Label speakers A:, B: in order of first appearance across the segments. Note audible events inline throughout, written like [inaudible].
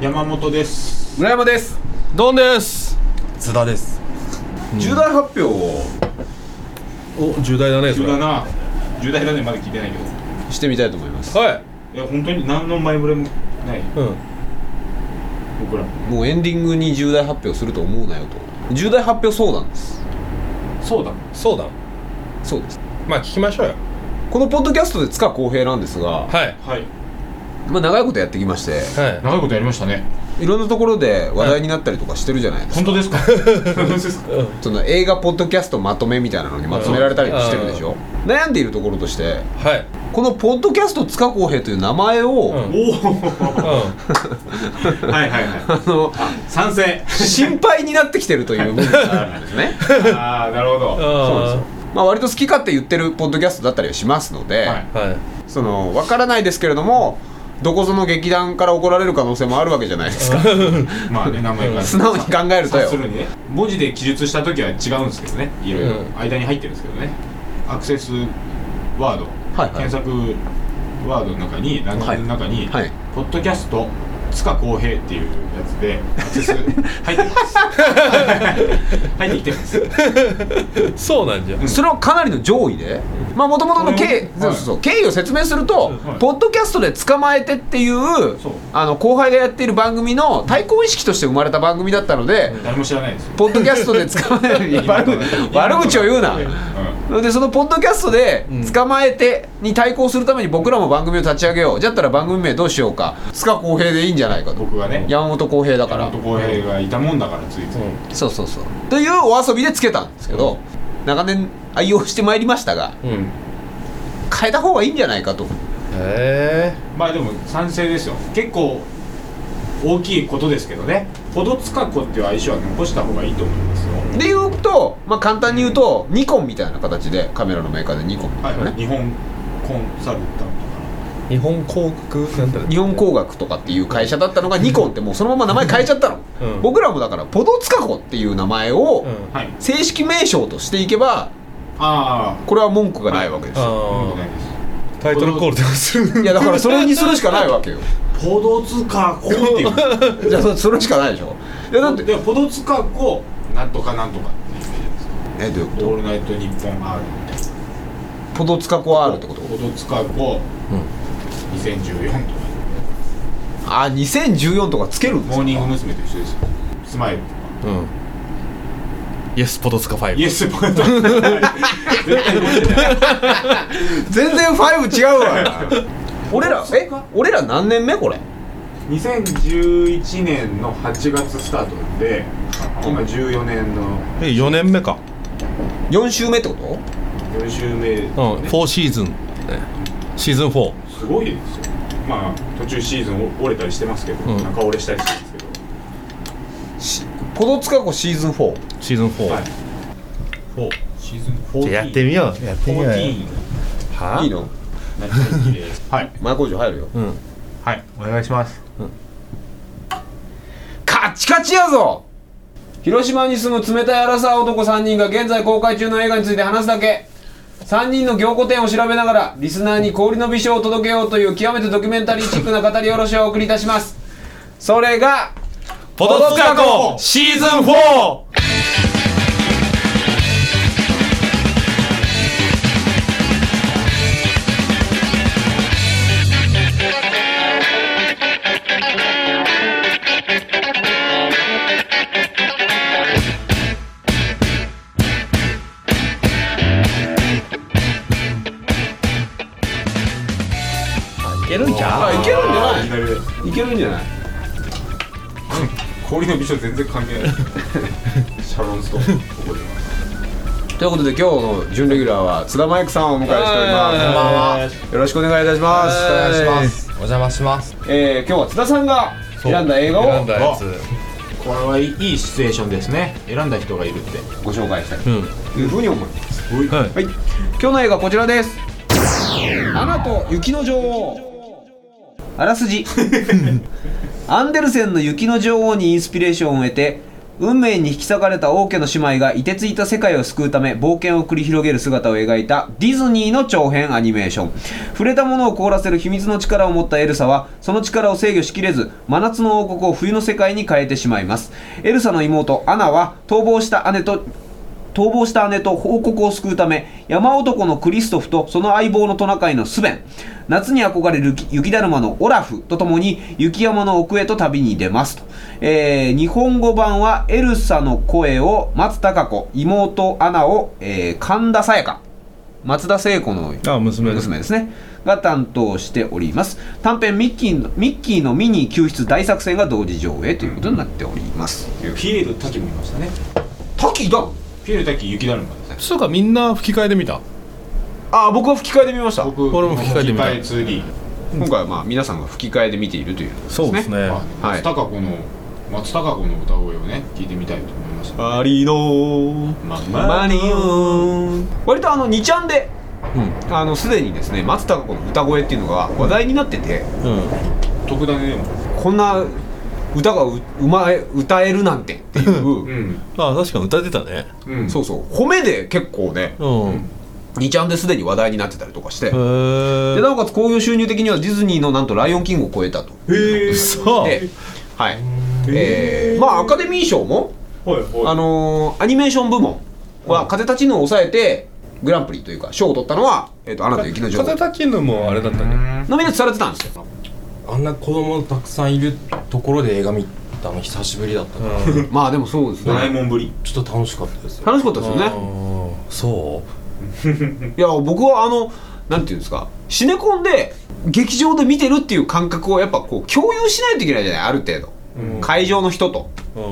A: 山本です
B: 村山です
C: ドンです
D: 津田です
B: 重大発表を
C: お重大だねそ
A: 重
C: れ
A: 大な重大だねまだ聞いてないけど
C: してみたいと思います
B: はい
A: いや本当に何の前触れもない
C: うん
A: 僕ら
C: もうエンディングに重大発表すると思うなよと重大発表そうなんです
A: そうだ
B: そうだ
C: そうです
B: まあ聞きましょうよ
C: このポッドキャストで塚浩平なんですが、
B: はい
A: はい
C: まあ、長いことやってきまして
B: はい
A: 長いことやりましたね
C: いろんなところで話題になったりとかしてるじゃないですか、
A: 本当ですか本当ですか [laughs]
C: その映画ポッドキャストまとめみたいなのにまとめられたりもしてるでしょ悩んでいるところとして
B: はい
C: このポッドキャスト塚浩平という名前
B: う
C: を、
B: ん
A: おおはいはいはい
C: あの
A: 賛成
C: 心配になってきてるという部分があるんですね
A: ああなるほど
B: そう
C: まあ割と好き勝手言ってるポッドキャストだったりはしますので、
A: はい
B: すはい
C: その分からないですけれどもどこぞの劇団から怒られる可能性もあるわけじゃないですか
A: まあね名前から
C: 素直に考えると
A: 察
C: よ
A: するにね文字で記述した時は違うんですけどねいろいろ
B: うん
A: 間に入ってるんですけどねアクセスワード、
C: はいはい
A: 検索ワードの中にランキングの中に、
C: はいはい
A: ポッドキャスト塚公平っていうやつでアクセス入ってます [laughs] 入ってきてます
B: そうなんじゃ
C: それをかなりの上位でまあもともとの経,、
A: うん
C: そうそうそう経緯を説明すると、
A: はい
C: ポッドキャストで捕まえてっていう
A: そう
C: あの後輩がやっている番組の対抗意識として生まれた番組だったので、
A: 誰も知らないですよ
C: ポッドキャストで捕まえる悪
A: [laughs]
C: 口悪口を言うなでそのポッドキャストで「捕まえて」に対抗するために僕らも番組を立ち上げようじゃったら番組名どうしようか塚公平でいいんじゃないかと
A: 僕がね
C: 山本公平だか
A: 山
C: ら
A: 本公平がいたもんだからついつい、
C: そうそうそうというお遊びでつけたんですけど長年愛用してまいりましたが
B: うん
C: 変えた方がいいんじゃないかと
B: へえ
A: まあでも賛成ですよ結構大きいことですけどねポドツカ子っていう愛称は残した方がいいと思いますよ
C: で言うと、まあ、簡単に言うとニコンみたいな形でカメラのメーカーでニコンみたい
A: は
C: な
A: い、
C: ね
A: 日本コンサルタン
B: 日本航空なんだろう
C: 日本工学とかっていう会社だったのがニコンってもうそのまま名前変えちゃったの、
B: うん
C: 僕らもだからポドツカ子っていう名前を、
B: うん
A: トかなはい
C: 正式名称としていけば
A: あ
C: これは文句がないわけですよ、
A: あ
B: あ
A: ないです
B: ータイトルコールでもする
C: い、やだからそれにするしかないわけよ
A: [laughs] ポドツカ子っていう [laughs]
C: じゃあそそれしかないでしょいやだって
A: でポドツカ子なんとかなんとかっていうイメージです
C: えどういうこ
A: オールナイトニッポン R みたい
C: とポドツカコアールってこと
A: なポドツカ子2014とか
C: あ2014とかつけるんで
A: モ
C: す
A: ー
C: か
A: ニング娘。と一緒ですよスマイルとか
B: うんイエスポトスカ5
A: イエスポドツカ絶対覚えてない
C: 全然5違うわ俺らえ俺ら何年目これ
A: 2011年の8月スタートで今14年の
D: え4年目か
C: 4週目ってこと
A: 4週目です
D: うん
A: ね
D: 4シーズンねシーズン4
A: すごいですよまあ途中シーズン折れたりしてますけど、
D: うん
A: 中折れしたりしてるんですけど
C: ポドツカコシーズン4
D: シーズン4、
A: はい4シーズン4
B: やってみようやってみよう
A: 14
B: はい
C: いの
A: な感じではい
C: 前工場入るよ
D: うん
A: はいお願いします
C: カッチカチやぞ広島に住む冷たいアラサー男3人が現在公開中の映画について話すだけ3人の凝固点を調べながらリスナーに氷の美少を届けようという極めてドキュメンタリーチックな語り下ろしをお送りいたしますそれが
D: ポトスカコシーズン 4!
B: いけるんじゃん
C: あいけるんじゃない
A: 左で
C: いけるんじゃない
A: 氷の美少全然関係ないシャロンストーンここでます
C: ということで今日の準レギュラーは津田マイクさんをお迎えしております
B: こんばんは
C: よろしくお願いいたします
B: お願いします
D: お邪魔します
C: えー今日は津田さんが選んだ映画
B: 選
C: を
B: んだやつ
A: これはいいいいシチュエーションですね選んだ人がいるって
C: ご紹介したい
D: うん
C: というふうに思います
D: はい
C: はい、今日の映画こちらです。アナと雪の女王。あらすじ。アンデルセンの雪の女王にインスピレーションを得て、運命に引き裂かれた王家の姉妹が凍てついた世界を救うため冒険を繰り広げる姿を描いたディズニーの長編アニメーション触れたものを凍らせる秘密の力を持ったエルサはその力を制御しきれず真夏の王国を冬の世界に変えてしまいますエルサの妹アナは逃亡した姉と逃亡した姉と報告を救うため山男のクリストフとその相棒のトナカイのスベン夏に憧れる雪雪だるまのオラフと共に雪山の奥へと旅に出ますと、えー日本語版はエルサの声を松たか子妹アナを、えー神田沙也加松田聖子の
B: あ娘です
C: 娘ですねが担当しております短編ミッキーの「ミッキーのミニー救出大作戦」が同時上映ということになっております
A: ピエール滝もいましたね
C: 滝だ
A: ピエール滝雪だるまですね
B: そうかみんな吹き替えで見た
C: あ僕は吹き替えで見ました
A: 僕
B: 俺も吹き替えてみた
A: 吹き替え 2D
C: 今回はまあ皆さんが吹き替えで見ているという
B: そうですね
A: 松たか子の松たか子の歌声をね聞いてみたいと思いました
C: マリノ
A: ま
C: マリオ割とあの2ちゃんで
B: うん
C: あのすでにですね松たか子の歌声っていうのが話題になってて
B: うん
A: 特ダネでも
C: こんな歌がううまい歌えるなんてっていう
A: うん
B: あ確かに歌ってたね
A: うん
C: そうそう褒めで結構ね
B: うんへ
C: 2ちゃんですでに話題になってたりとかしてで
B: え
C: なおかつ興行収入的にはディズニーのなんと「ライオンキング」を超えたと
A: へえ
B: そう
C: ではいえーまあアカデミー賞も
A: はいはい
C: あのーアニメーション部門は風立ちぬを抑えてグランプリというか賞を取ったのは「えー、とアナと雪の女王」
E: 風立ちぬもあれだったね
C: ノミネートされてたんですよ
E: あんな子供たくさんいるところで映画見たの久しぶりだったからち
C: [laughs] まあでもそうです
A: ドラえ
C: ね
A: もんぶり
E: ょっと楽しかったですよ
C: 楽しかったですよね
B: ねそう
C: いや僕はあのなんていうんですかシネコンで劇場で見てるっていう感覚をやっぱこう共有しないといけないじゃないある程度、会場の人と
B: うん
C: っ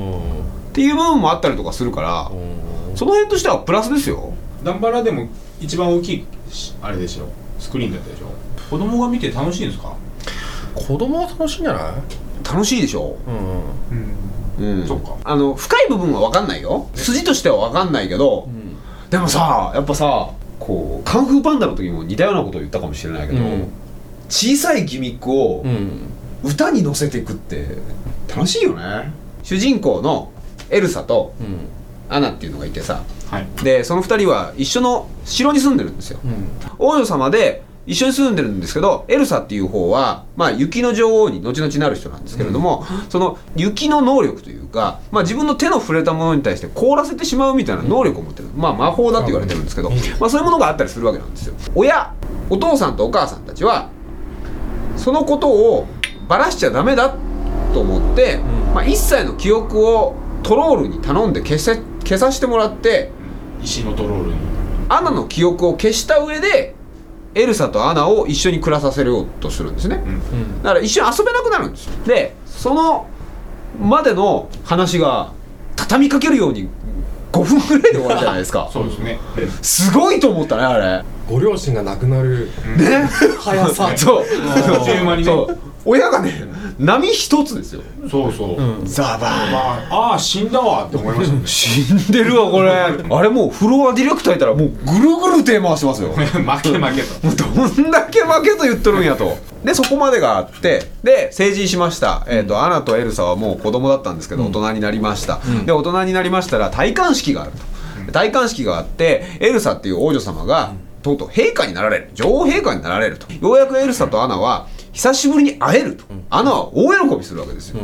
C: ていう部分もあったりとかするから、その辺としてはプラスですよ
A: ダンバラでも一番大きいしあれでしょスクリーンだったでしょ子供が見て楽しいんですか
E: 子供は楽しいんじゃない
C: 楽しいでしょ
E: うん
A: うん
C: うん
A: そっか
C: あの深い部分は分かんないよ筋としては分かんないけど、でもさやっぱさこうカンフーパンダの時も似たようなことを言ったかもしれないけど、
E: うん
C: 小さいギミックを
E: うん
C: 歌に乗せていくって楽しいよね主人公のエルサと
E: うん
C: アナっていうのがいてさ
A: はい
C: でその2人は一緒の城に住んでるんですよ王女様で一緒に住んでるんですけどエルサっていう方は、まあ、雪の女王に後々なる人なんですけれども、その雪の能力というか、まあ、自分の手の触れたものに対して凍らせてしまうみたいな能力を持ってる、まあ、魔法だって言われてるんですけど、まあ、そういうものがあったりするわけなんですよ親お父さんとお母さんたちはそのことをばらしちゃダメだと思って、まあ、一切の記憶をトロールに頼んで消せ消させてもらって
A: 石のトロールに
C: アナの記憶を消した上でエルサとアナを一緒に暮らさせようとするんですね、
E: ん
C: だから一緒に遊べなくなるんですよでそのまでの話が畳みかけるように5分ぐらいで終わるじゃないですか
A: [laughs] そうですね
C: すごいと思ったねあれ
E: ご両親が亡くなる
C: ね [laughs]
E: 速さ
C: そう
A: あっという間にね
C: そう親がね波一つですよ
A: そうそう
C: ザバ
A: まあああ死んだわって思いましたね
C: 死んでるわこれあれもうフロアディレクターいたらもうぐるぐる手回してますよ [laughs]
A: 負け負けと
C: もうどんだけ負けと言っとるんやとでそこまでがあってで成人しました、えーとアナとエルサはもう子供だったんですけど大人になりました、で大人になりましたら戴冠式があると戴冠式があってエルサっていう王女様がとうとう陛下になられる女王陛下になられるとようやくエルサとアナは久しぶりに会えると、アナは大喜びするわけですよ、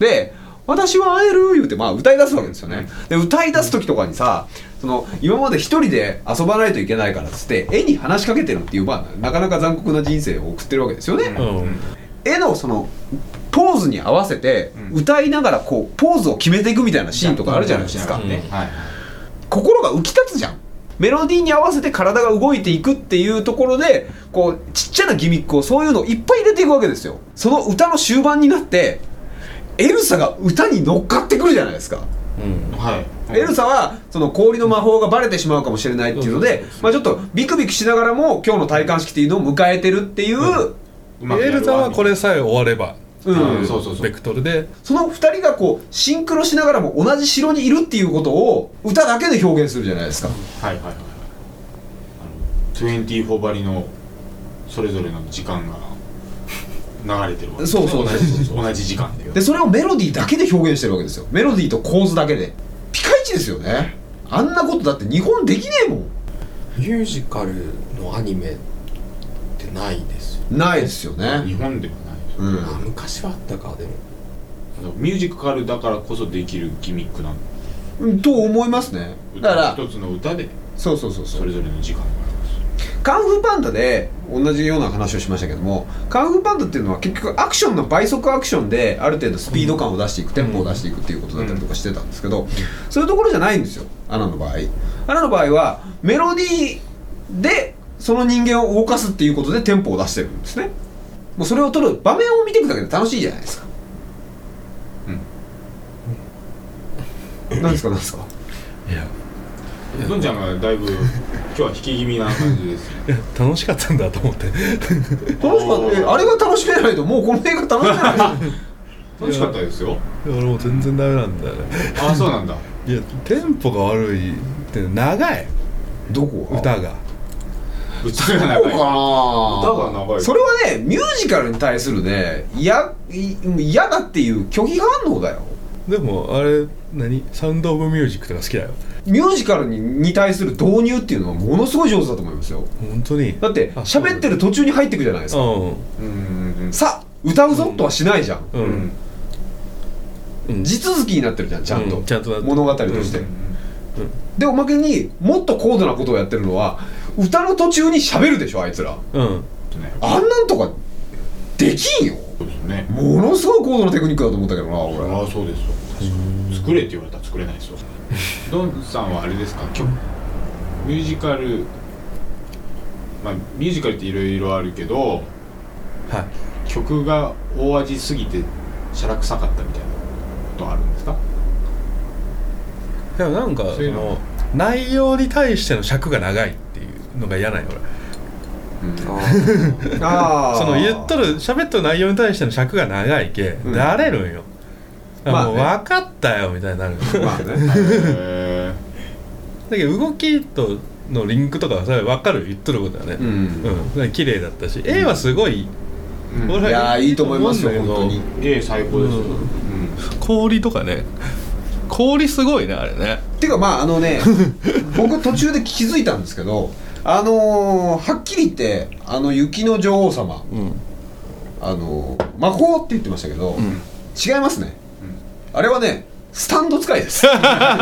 C: で私は会える言うて、まあ、歌い出すわけですよね、で歌い出す時とかにさその今まで一人で遊ばないといけないからっつって絵に話しかけてるっていう、まあ、なかなか残酷な人生を送ってるわけですよね、
B: うん
C: 絵のそのポーズに合わせて歌いながらこうポーズを決めていくみたいなシーンとかあるじゃないですか、
A: ねはい
C: 心が浮き立つじゃんメロディーに合わせて体が動いていくっていうところでこうちっちゃなギミックをそういうのをいっぱい入れていくわけですよその歌の終盤になってエルサが歌に乗っかってくるじゃないですか
A: はい
C: エルサはその氷の魔法がバレてしまうかもしれないっていうのでまあちょっとビクビクしながらも今日の戴冠式っていうのを迎えてるっていう、
A: うまくや
B: エ
A: るわ
B: ルザはこれさえ終われば
C: うん
A: そうそうそう
B: ベクトルで
C: その2人がこうシンクロしながらも同じ城にいるっていうことを歌だけで表現するじゃないですか
A: はいはいはいはいあの24ばりのそれぞれの時間が流れてるわけ
C: [laughs] そうそう
A: 同じ同じ時間で
C: でそれをメロディーだけで表現してるわけですよメロディーと構図だけでピカイチですよねあんなことだって日本できねえも
E: ミュージカルのアニメってないですよ、
C: んないですよね
A: 日本ではないです
C: うん
E: あ昔はあったかでも
A: ミュージカルだからこそできるギミックな
C: うんと思いますねだから
A: 一つの歌で
C: そうそうそうそ
A: そうれぞれの時間が
C: カンフーパンダで同じような話をしましたけどもカンフーパンダっていうのは結局アクションの倍速アクションである程度スピード感を出していく、テンポを出していくっていうことだったりとかしてたんですけど、そういうところじゃないんですよアナの場合アナの場合はメロディーでその人間を動かすっていうことでテンポを出してるんですねもうそれを撮る場面を見ていくだけで楽しいじゃないですかうん何ですか何ですか
B: いや
A: ありますどんちゃんがだいぶ今日は引き気味な感じですね
B: 楽しかったんだと思って [laughs]
C: 楽しかったえあれが楽しめないともうこの映画楽しめないですよ [laughs]
A: 楽しかったですよ
B: 俺もう全然ダメなんだよね
A: ああそうなんだ
B: いやテンポが悪いって長い
C: どこが
B: 歌が
A: 歌が
C: そう
A: 長
C: か
A: い
C: な
A: 歌が長い
C: それはねミュージカルに対するね嫌嫌だっていう拒否反応だよ
B: でもあれ何サウンド・オブ・ミュージックとか好きだよ
C: ミュージカルにに対する導入っていうのはものすごい上手だと思いますよ
B: 本当に
C: だって
B: あそう
C: 喋ってる途中に入ってくじゃないです
B: う
C: か
B: ん
A: うんうん
C: さあ歌うぞとはしないじゃん、
B: うん、う
A: うん
B: んうん
C: 地続きになってるじゃんちゃんと,、
B: うんちゃんとなって
C: 物語として、
A: うん
C: でおまけにもっと高度なことをやってるのは歌の途中に喋るでしょあいつら
B: うん
A: ね
C: あんなんとかできんよ
A: そうですね
C: ものすごい高度なテクニックだと思ったけどな俺
A: ああそうですよ作れって言われたら作れないですよドンさんはあれですか曲ミュージカルまあミュージカルっていろいろあるけど
B: はい
A: 曲が大味すぎてしゃらくさかったみたいなことあるんですか
B: でもなんか
A: そ
B: そう
A: いうの
B: の内容に対しての尺が長いっていうのが嫌なんよ
C: あ
B: 俺 [laughs]
C: ー
B: その言っとる喋っとる内容に対しての尺が長いけ、
C: うん
B: だれるんよだからもう
C: まあ
B: 分かったよみたいになる、
C: まあね
A: へ
B: だけど動きとのリンクとかはそれ分かる言っとることだね
C: う、
B: うんん、だから綺麗だったし、絵はすごい、
A: うん
B: 俺はい
C: やーいいと思いますよ
B: 思うんだ
C: 本
B: け
C: 当
B: ど
C: に
A: え A 最高ですよ、
B: う
A: うんん
B: 氷とかね氷すごいねあれね
C: ていうかまああ
B: [laughs]
C: のね僕途中で気づいたんですけどあのー、はっきり言ってあの雪の女王様、
B: ん
C: あのー、魔法って言ってましたけど、違いますね、あれはねスタンド使いで
B: [laughs]
C: すあれ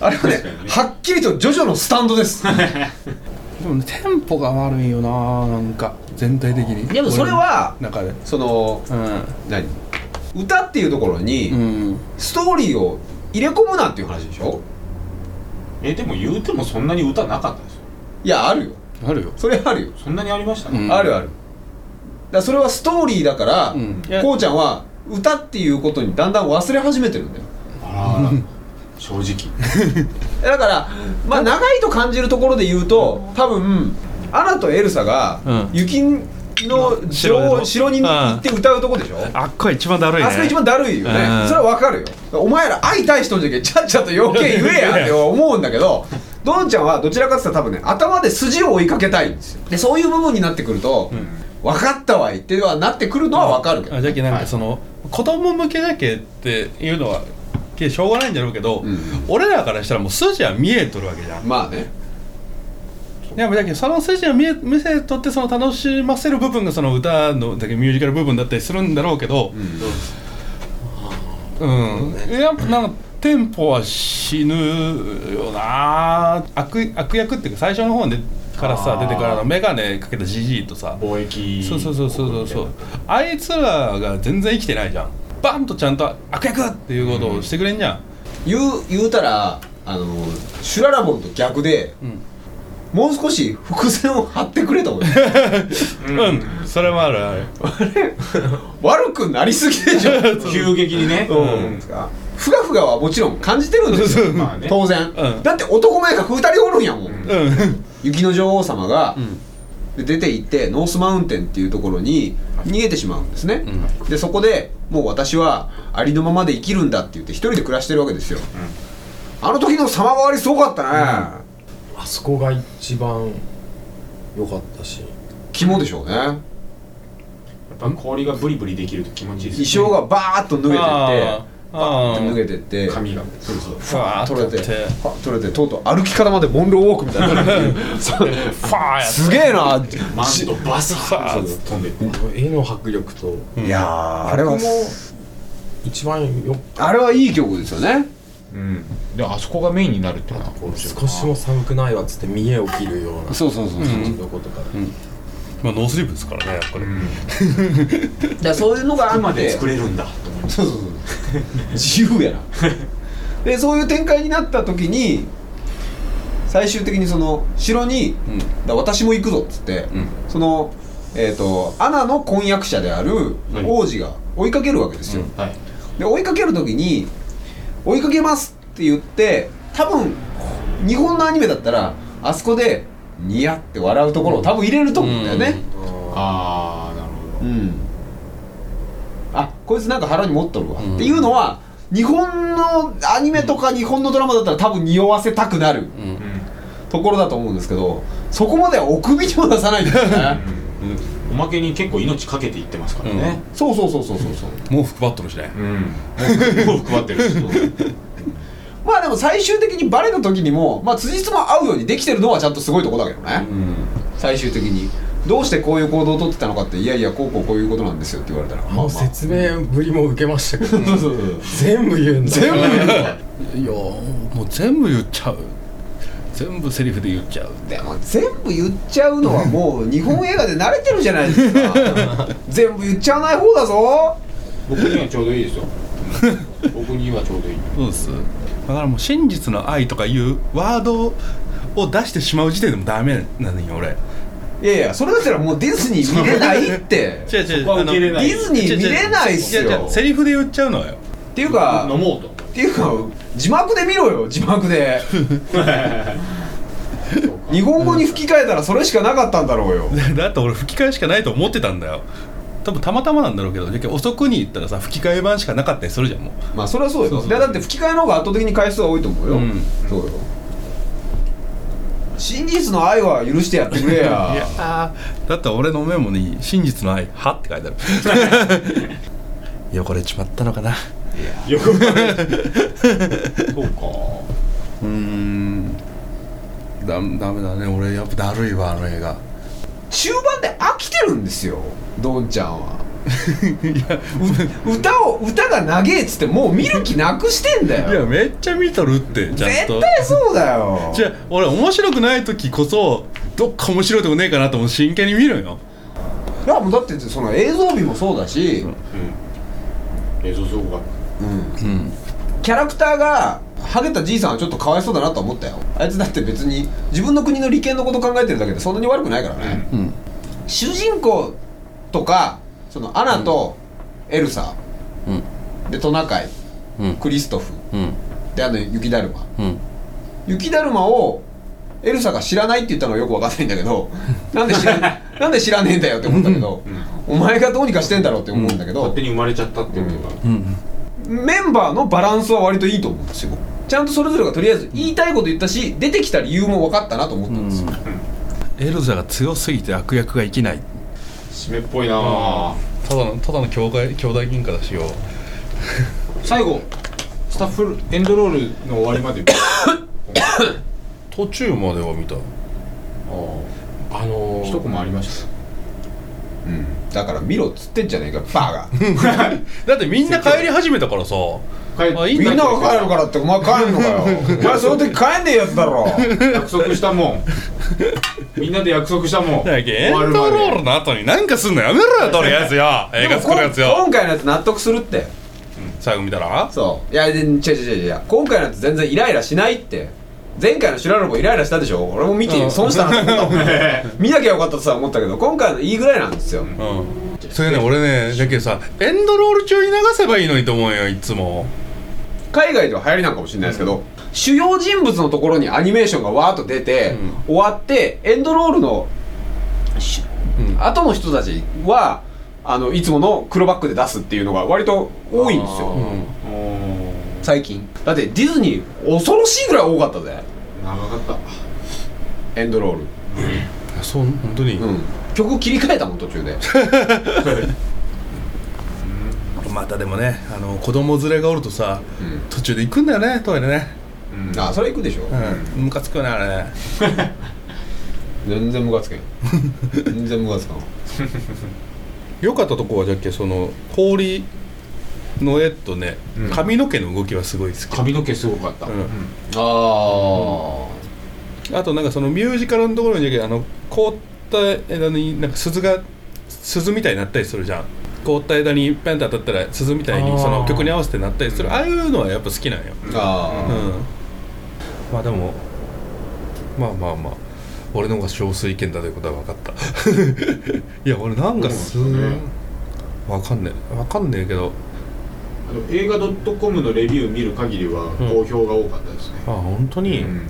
C: はね
A: 確かにね
C: はっきりとジョジョのスタン
B: [laughs]
C: ドです
F: でもねテンポが悪いよななんか全体的に
C: でもそれは
F: 俺の中で
C: その何歌っていうところに、
F: うん、うん、
C: ストーリーを入れ込むなっていう話でしょ
A: えでも言うてもそんなに歌なかったですよ
C: いやあるよ
F: あるよ
C: それあるよ
A: そんなにありました
F: う
A: ね、
F: ん
C: あるあるだからそれはストーリーだから、
F: うん
C: いやこうちゃんは歌っていうことにだんだん忘れ始めてるんだよ
A: あらあら正直
C: だからまあ長いと感じるところで言うと多分アナとエルサが
B: うん
C: 雪の
B: 城
C: 城
B: の
C: を城に行って歌うとこでしょ
B: あっこ一番だるいね
C: あそこ一番だるいよね、
B: うん
C: それはわかるよお前ら会いたい人の時はちゃっちゃと余計言えやって思うんだけどどんちゃんはどちらかって言ったら多分ね頭で筋を追いかけたいんですよでそういう部分になってくると、分かったわいってはなってくるのはわかるけど、
B: あじゃけなんかその、子供向けだけっていうのはけしょうがないんだろうけど、
C: ん
B: 俺らからしたらもう筋は見えとるわけじゃん
C: まあね
B: でもだけどその筋を見え見せとってその楽しませる部分がその歌のだけミュージカル部分だったりするんだろうけどうん、やっぱなんかテンポは死ぬよな悪悪役っていうか最初の方でからさ
A: あ
B: 出
A: ー
B: てからの眼鏡かけたじじいとさ
A: 貿易
B: そうそうそうそうそうそうあいつらが全然生きてないじゃんバンとちゃんと悪役っていうことをしてくれんじゃん、
C: 言う言うたらあのシュララボンと逆で、
B: ん
C: もう少し伏線を張ってくれと思う [laughs]
B: うん、それもあるある
C: 悪くなりすぎでしょ
A: 急激にね、
C: うんふがふがはもちろん感じてるんですよ
A: まあね
C: 当然、
B: うん
C: だって男前が2人おるんやもん、
B: うん
C: 雪の女王様が、で出て行ってノースマウンテンっていうところに逃げてしまうんですね、でそこでもう私はありのままで生きるんだって言って一人で暮らしてるわけですよ、あの時の様変わりすごかったね、
E: [laughs] あそこが一番良かったし
C: 肝でしょうね
A: っぱ氷がブリブリできると気持ちいいで
C: 衣
A: すよ
C: 装がバーッと脱げてってバーッと脱
B: て
C: げてって
A: 髪がそうそう
B: ファーっ
C: 取れ
B: と
C: て
B: やって
C: ファッ取れてとうとう歩き方までモンローウォークみたいなそ
B: ファ
C: う
B: ーやって
C: [laughs] すげえな
A: マントバスッと飛んでって
E: 絵の迫力と
C: いやーあれは
E: 曲も一番よ
C: あれはいい曲ですよね
A: うんであそこがメインになるっていうのはこうしてる
E: 少しも寒くないわっつって見栄を切るような
C: そうそうそうそう
E: 感じのことから
B: まあノースリーブですからねやっぱり
C: だからそういうのが
A: あ
C: あっ
A: く
C: て
A: まで作れるんだと思います
C: そう [laughs] そうそう自由やなでそういう展開になった時に最終的にその城に、だから私も行くぞっつって、そのえー、とアナの婚約者である
A: はい
C: 王子が追いかけるわけですよ、
A: はい
C: で追いかける時に追いかけますって言って多分日本のアニメだったらあそこでニヤって笑うところを多分入れると思うんだよね、
A: ああなるほ
C: う
A: ど
C: ん、あこいつなんか腹に持っとるわ、っていうのは日本のアニメとか日本のドラマだったら多分匂わせたくなるところだと思うんですけどそこまではお首にも出さないんですね
A: うんおまけに結構命かけていってますからね
C: そうそうそうそうそうそう
B: 毛布配っとるしね
A: うん [laughs] もう配ってるし
C: まあでも最終的にバレた時にもまあ辻褄合うようにできてるのはちゃんとすごいとこだけどね、最終的にどうしてこういう行動をとってたのかっていやいやこうこうこういうことなんですよって言われたら
E: あの説明ぶりも受けましたけど
A: そうそうそう
E: [laughs] 全部言うんだ全部
B: いやーもう全部言っちゃう全部セリフで言っちゃう
C: でも全部言っちゃうのはもう日本映画で慣れてるじゃないですか全部言っちゃわない方だぞ
A: 僕にはちょうどいいですよ僕にはちょうどいい
B: そうですだからもう真実の愛とかいうワードを出してしまう時点でもダメなのよ俺
C: いやいやそれだったらもうディズニー見れないって
B: 違う違
A: そこは受け入れ
C: ディズニー見れないっす
B: 違う違
C: よ
B: うセリフで言っちゃうのよ
C: っていうか
A: 飲 [laughs] もうと
C: っていうか字幕で見ろよ字幕で日本語に吹き替えたらそれしかなかったんだろうよ
B: だだって俺吹き替えしかないと思ってたんだよ多分たまたまなんだろうけどじゃあ遅くに行ったらさ吹き替え版しかなかったりするじゃんもう
C: まあそれはそうよ
B: そうそう
C: でだって吹き替えの方が圧倒的に回数は多いと思うよ、
B: うん
C: そうよ真実の愛は許してやってくれや
B: [laughs] いやーだって俺のメモに「真実の愛は」って書いてある [laughs] 汚れちまったのかな
A: よくそうか
F: うーんだダメだね俺やっぱだるいわあの映画
C: 中盤で飽きてるんですよどんちゃんはう歌を歌が長えっつってもう見る気なくしてんだ
B: いや
C: よ
B: めっちゃ見とるってちゃん
C: 絶
B: と
C: 対そうだよ
B: じゃあ俺面白くない時こそどっか面白いとこねえかなと思う真剣に見るよ
C: いやもうだってその映像美もそうだし、
A: 映像すごかっ
C: キャラクターがハゲたじいさんはちょっとかわいそうだなと思ったよあいつだって別に自分の国の利権のこと考えてるだけでそんなに悪くないからね、主人公とかそのアナとエルサ、でトナカイ、クリストフ、であの雪だるま、雪だるまをエルサが知らないって言ったのがよくわかんないんだけ [laughs] どなんで知らなんで知らねえんだよって思ったけど、お前がどうにかしてんだろうって思うんだけ
A: た
C: ど、
A: 勝手に生まれちゃったっていうのが
C: メンバーのバランスは割といいと思うんですよちゃんとそれぞれがとりあえず言いたいこと言ったし出てきた理由も分かったなと思ったんですよ、
B: エルザが強すぎて悪役が生きない
A: 締めっぽいなぁ
B: ただのただの兄弟兄弟喧嘩だしよ
A: 最後スタッフエンドロールの終わりまで
E: 途中までは見たあの
A: 一
E: ー
A: コマありました
C: だから見ろっつってんじゃねえかバー
B: だってみんな帰り始めたからさ
A: 帰っ
B: あいい
C: [laughs] みんなが帰るからってお前帰るのかよ [laughs] お前その時帰んねえやつだろ
A: 約束したも
B: [laughs]
A: んみんなで約束したもん
B: だけどエンドロールの後に何かすんのやめろよとりあえずよ映画作るやつ
C: でもこん
B: よ
C: 今回のやつ納得するって
B: 最後見たら
C: そういやで違う違う違う違う今回のやつ全然イライラしないって前回の修羅ロボイライラしたでしょ俺も見て損したなと思 [laughs] ったもん見なきゃよかったとさ思ったけど今回のいいぐらいなんですよ、
B: うんそれね俺ねじゃけさエンドロール中に流せばいいのにと思うよいつも
C: 海外では流行りなんかもしれないですけど、主要人物のところにアニメーションがわーっと出て、終わってエンドロールの、し後の人たちはあのいつもの黒バックで出すっていうのが割と多いんですよ、
A: おー
C: 最近だってディズニー恐ろしいぐらい多かったぜ
A: 長かった
C: エンドロール
B: そう本当に
C: うん曲切り替えたもん途中で
B: またでもねあの子供連れがおるとさ、途中で行くんだよねトイレね、
A: うん
C: あそれ行くでしょ、
B: うん、ムカつくよねあれね
C: 全然ムカつけん全然ムカつかん
B: 良かったとこはじゃっけその氷の絵とね、
A: うん
B: 髪の毛の動きはすごい好き、
A: 髪の毛すごかった、
B: うん
C: ああ、
B: あとなんかそのミュージカルのところにじゃっけあの凍った枝になんか鈴が鈴みたいになったりするじゃん凍った枝にペンって当たったら鈴みたい
E: あ
B: に
E: ー
B: その曲に合わせてなったりするああいうのはやっぱ好きなんよ、
C: あ
B: う
C: あ、
B: んまあでもまあまあまあ俺の方が少数意見だということは分かった [laughs] いや俺なんかす
A: そうなんですよね
B: 分かんねえ分かんねえけど
A: あの映画 .com のレビュー見る限りは
B: うん
A: 好評が多かったですね、
B: あ本当に、
A: うん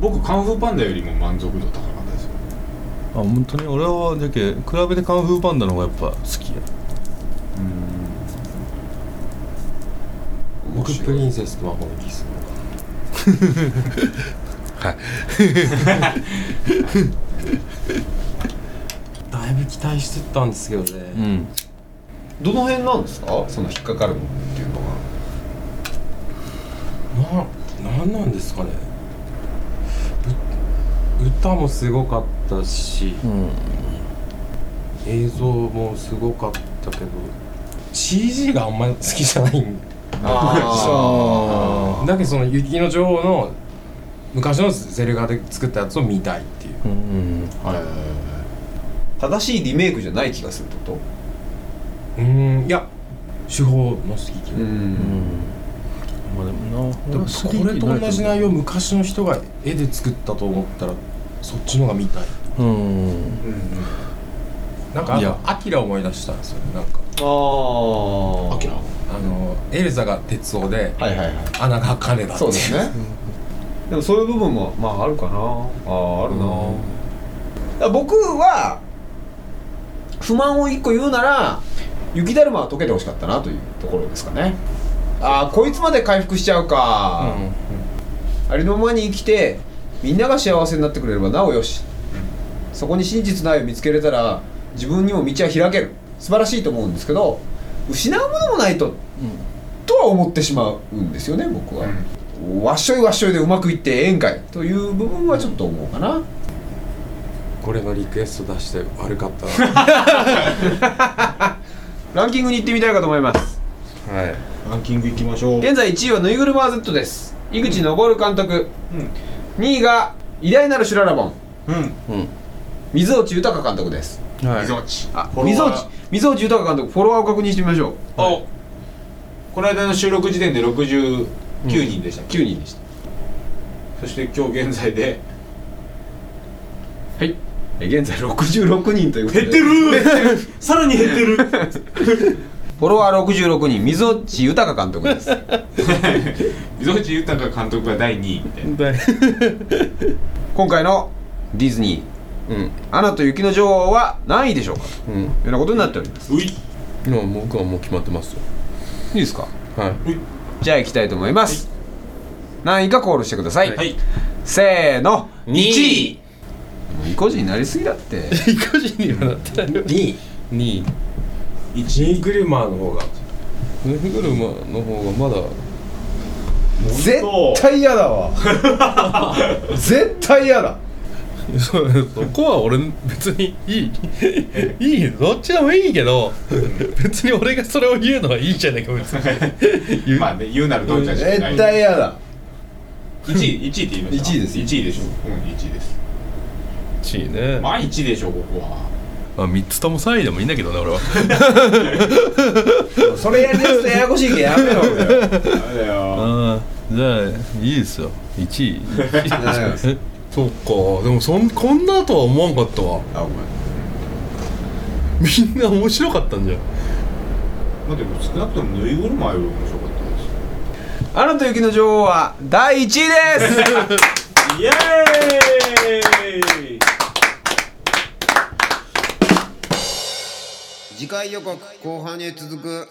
A: 僕カンフーパンダよりも満足度高かったですよ
B: あ本当に俺はだけ比べてカンフーパンダの方がやっぱ好きや
C: 面
E: 僕
C: 白い
E: プリンセスと魔法のキス
B: はい
E: だいぶ期待してたんですけどね、
B: ん
C: どの辺なんですかその引っかかるのっていうのは
E: ななんなんですかねう歌もすごかったし、映像もすごかったけど CG があんまり好きじゃないん
C: あ
E: だけどその「雪の女王」の昔のゼルガで作ったやつを見たいっていう
C: 正しいリメイクじゃない気がするってこ
E: うーんいや手法の好き
C: と
E: 嫌い、
C: ん
F: まあでもな
E: でもこれと同じ内容を昔の人が絵で作ったと思ったらそっちのが見たい
F: うん
E: なんかあ
F: い
E: と
F: や
E: アキラ思い出したんですよねなんか
C: ああ
A: キラ
E: あのエルザが鉄夫で
C: はいはいはい
E: 穴が金だって
C: そ
E: いう
C: ですねでもそういう部分もまああるかなあーあるな、だから僕は不満を一個言うなら雪だるまは溶けてほしかったなというところですかねああこいつまで回復しちゃうか、ありのままに生きてみんなが幸せになってくれればなおよしそこに真実の愛を見つけれたら自分にも道は開ける素晴らしいと思うんですけど失うものもないと、とは思ってしまうんですよね僕は、わっしょいわっしょいでうまくいってええんかいという部分はちょっと思うかな、
E: これのリクエスト出して悪かったな
C: ランキングに行ってみたいかと思います
B: はい
A: ランキングいきましょう
C: 現在1位はぬいぐるま Z です井口昇監督、2位が偉大なる修羅ラボン
A: うん
C: 水落豊監督です
F: [laughs]
B: はい
A: 水落ち
C: あ水落水落豊監督フォロワーを確認してみましょう
A: おこの間の収録時点で69人でしたっけ、
C: 9人でした
A: そして今日現在で
C: はいえ現在66人ということで
A: るさらに減ってる
C: フォロワー66人水落豊監督です [laughs]
A: 溝口豊監督が第2位みたいな
C: 今回のディズニー
F: うん
C: アナと雪の女王は何位でしょうかと
F: うん
C: いうようなことになっております
A: うい
F: まあ僕はもう決まってますよ
C: いいですか
F: はい
C: じゃあ行きたいと思います、何位かコールしてください、
A: はい
C: せーの
A: 2位
C: もう意固地になりすぎだって
B: 個人にはなってない
E: 2位
F: 2位
E: 1位グルマーの方が
F: ぬいぐるまの方がまだ
C: 絶対嫌だわ絶対嫌だ
B: [laughs] そうそこは俺別にいいいいどっちでもいいけど別に俺がそれを言うのはいいじゃないか別に言う
A: まあね言うならどうちゃじゃ
C: 絶
A: ない
C: 対嫌だ
A: 1位1位って言いました
C: 1位です
A: 1位でしょうん1位です
B: 1位ね
A: まあ1位でしょここは
B: まあ、3つとも3位でもいいんだけどね俺は
C: それやりだすとややこしいけどやめろ
A: あれだよ
B: ああじゃあいいですよ1位えそっかでもそんこんなとは思わんかったわ
C: あお前
B: みんな面白かったんじゃん
A: まあでも少なくともぬいぐるまより面白かったです
C: アナと雪の女王は第1位です
A: イエーイ
G: 次回予告後半へ続く